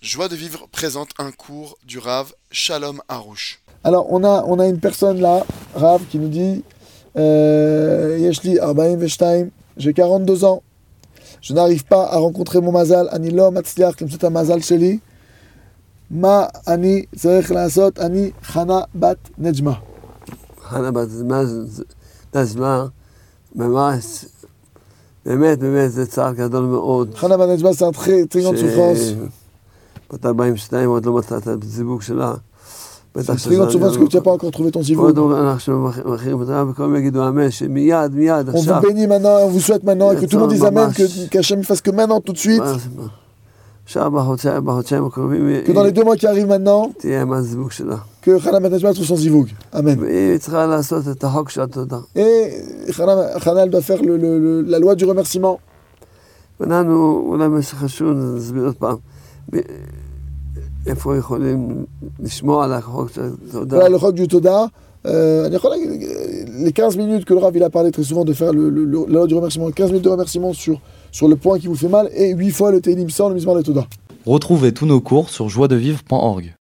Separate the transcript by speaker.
Speaker 1: Joie de vivre présente un cours du Rav Shalom Harouche.
Speaker 2: Alors, on a, on a une personne là, Rav, qui nous dit euh, Yeshli Arbaim Veshtaim, j'ai 42 ans. Je n'arrive pas à rencontrer mon mazal. Ani lo matzliach, comme c'est un mazal sheli. Ma ani tzarech laasot ani chana bat nejma.
Speaker 3: חנה בת נזמה, ממש, באמת, באמת, זה צער גדול מאוד.
Speaker 2: Chana bat nejma, c'est un très très grande souffrance.
Speaker 3: בת 42 עוד לא מצאה את הזיווג שלה.
Speaker 2: C'est
Speaker 3: בטח לא-
Speaker 2: une très grande souffrance parce que tu n'as pas encore trouvé ton
Speaker 3: עוד
Speaker 2: zivouk.
Speaker 3: לא, אנחנו מכירים אותה, וכולם יגידו אמן, שמיד, מיד,
Speaker 2: On vous
Speaker 3: עכשיו.
Speaker 2: bénit maintenant, on vous souhaite maintenant, et que tout le monde dise Amen, que- qu'Hachem fasse que maintenant, tout de suite,
Speaker 3: מה- עכשיו, בחודשיים- בחודשיים הקרובים, היא-
Speaker 2: que dans les deux mois qui arrivent maintenant,
Speaker 3: תהיה עם הזיווג שלה.
Speaker 2: que Chana bat nejma trouve son zivouk. Amen.
Speaker 3: והיא צריכה לעשות את החוק של התודה.
Speaker 2: Et Chana, Chana, elle doit faire le- le- le- la loi du remerciement.
Speaker 3: ואנחנו, אולי מה שחשוב, נסביר עוד פעם, ב- איפה יכולים לשמוע על החוק של התודה.
Speaker 2: Voilà, le Chod du Toda. Euh, אני יכול להגיד, les 15 minutes que le Rav il a parlé très souvent de faire le, le- le- la loi du remerciement, 15 minutes de remerciement sur, sur le point qui vous fait mal et 8 fois le Teilim sans le misère de Toda.
Speaker 4: Retrouvez tous nos cours sur joiedevivre.org.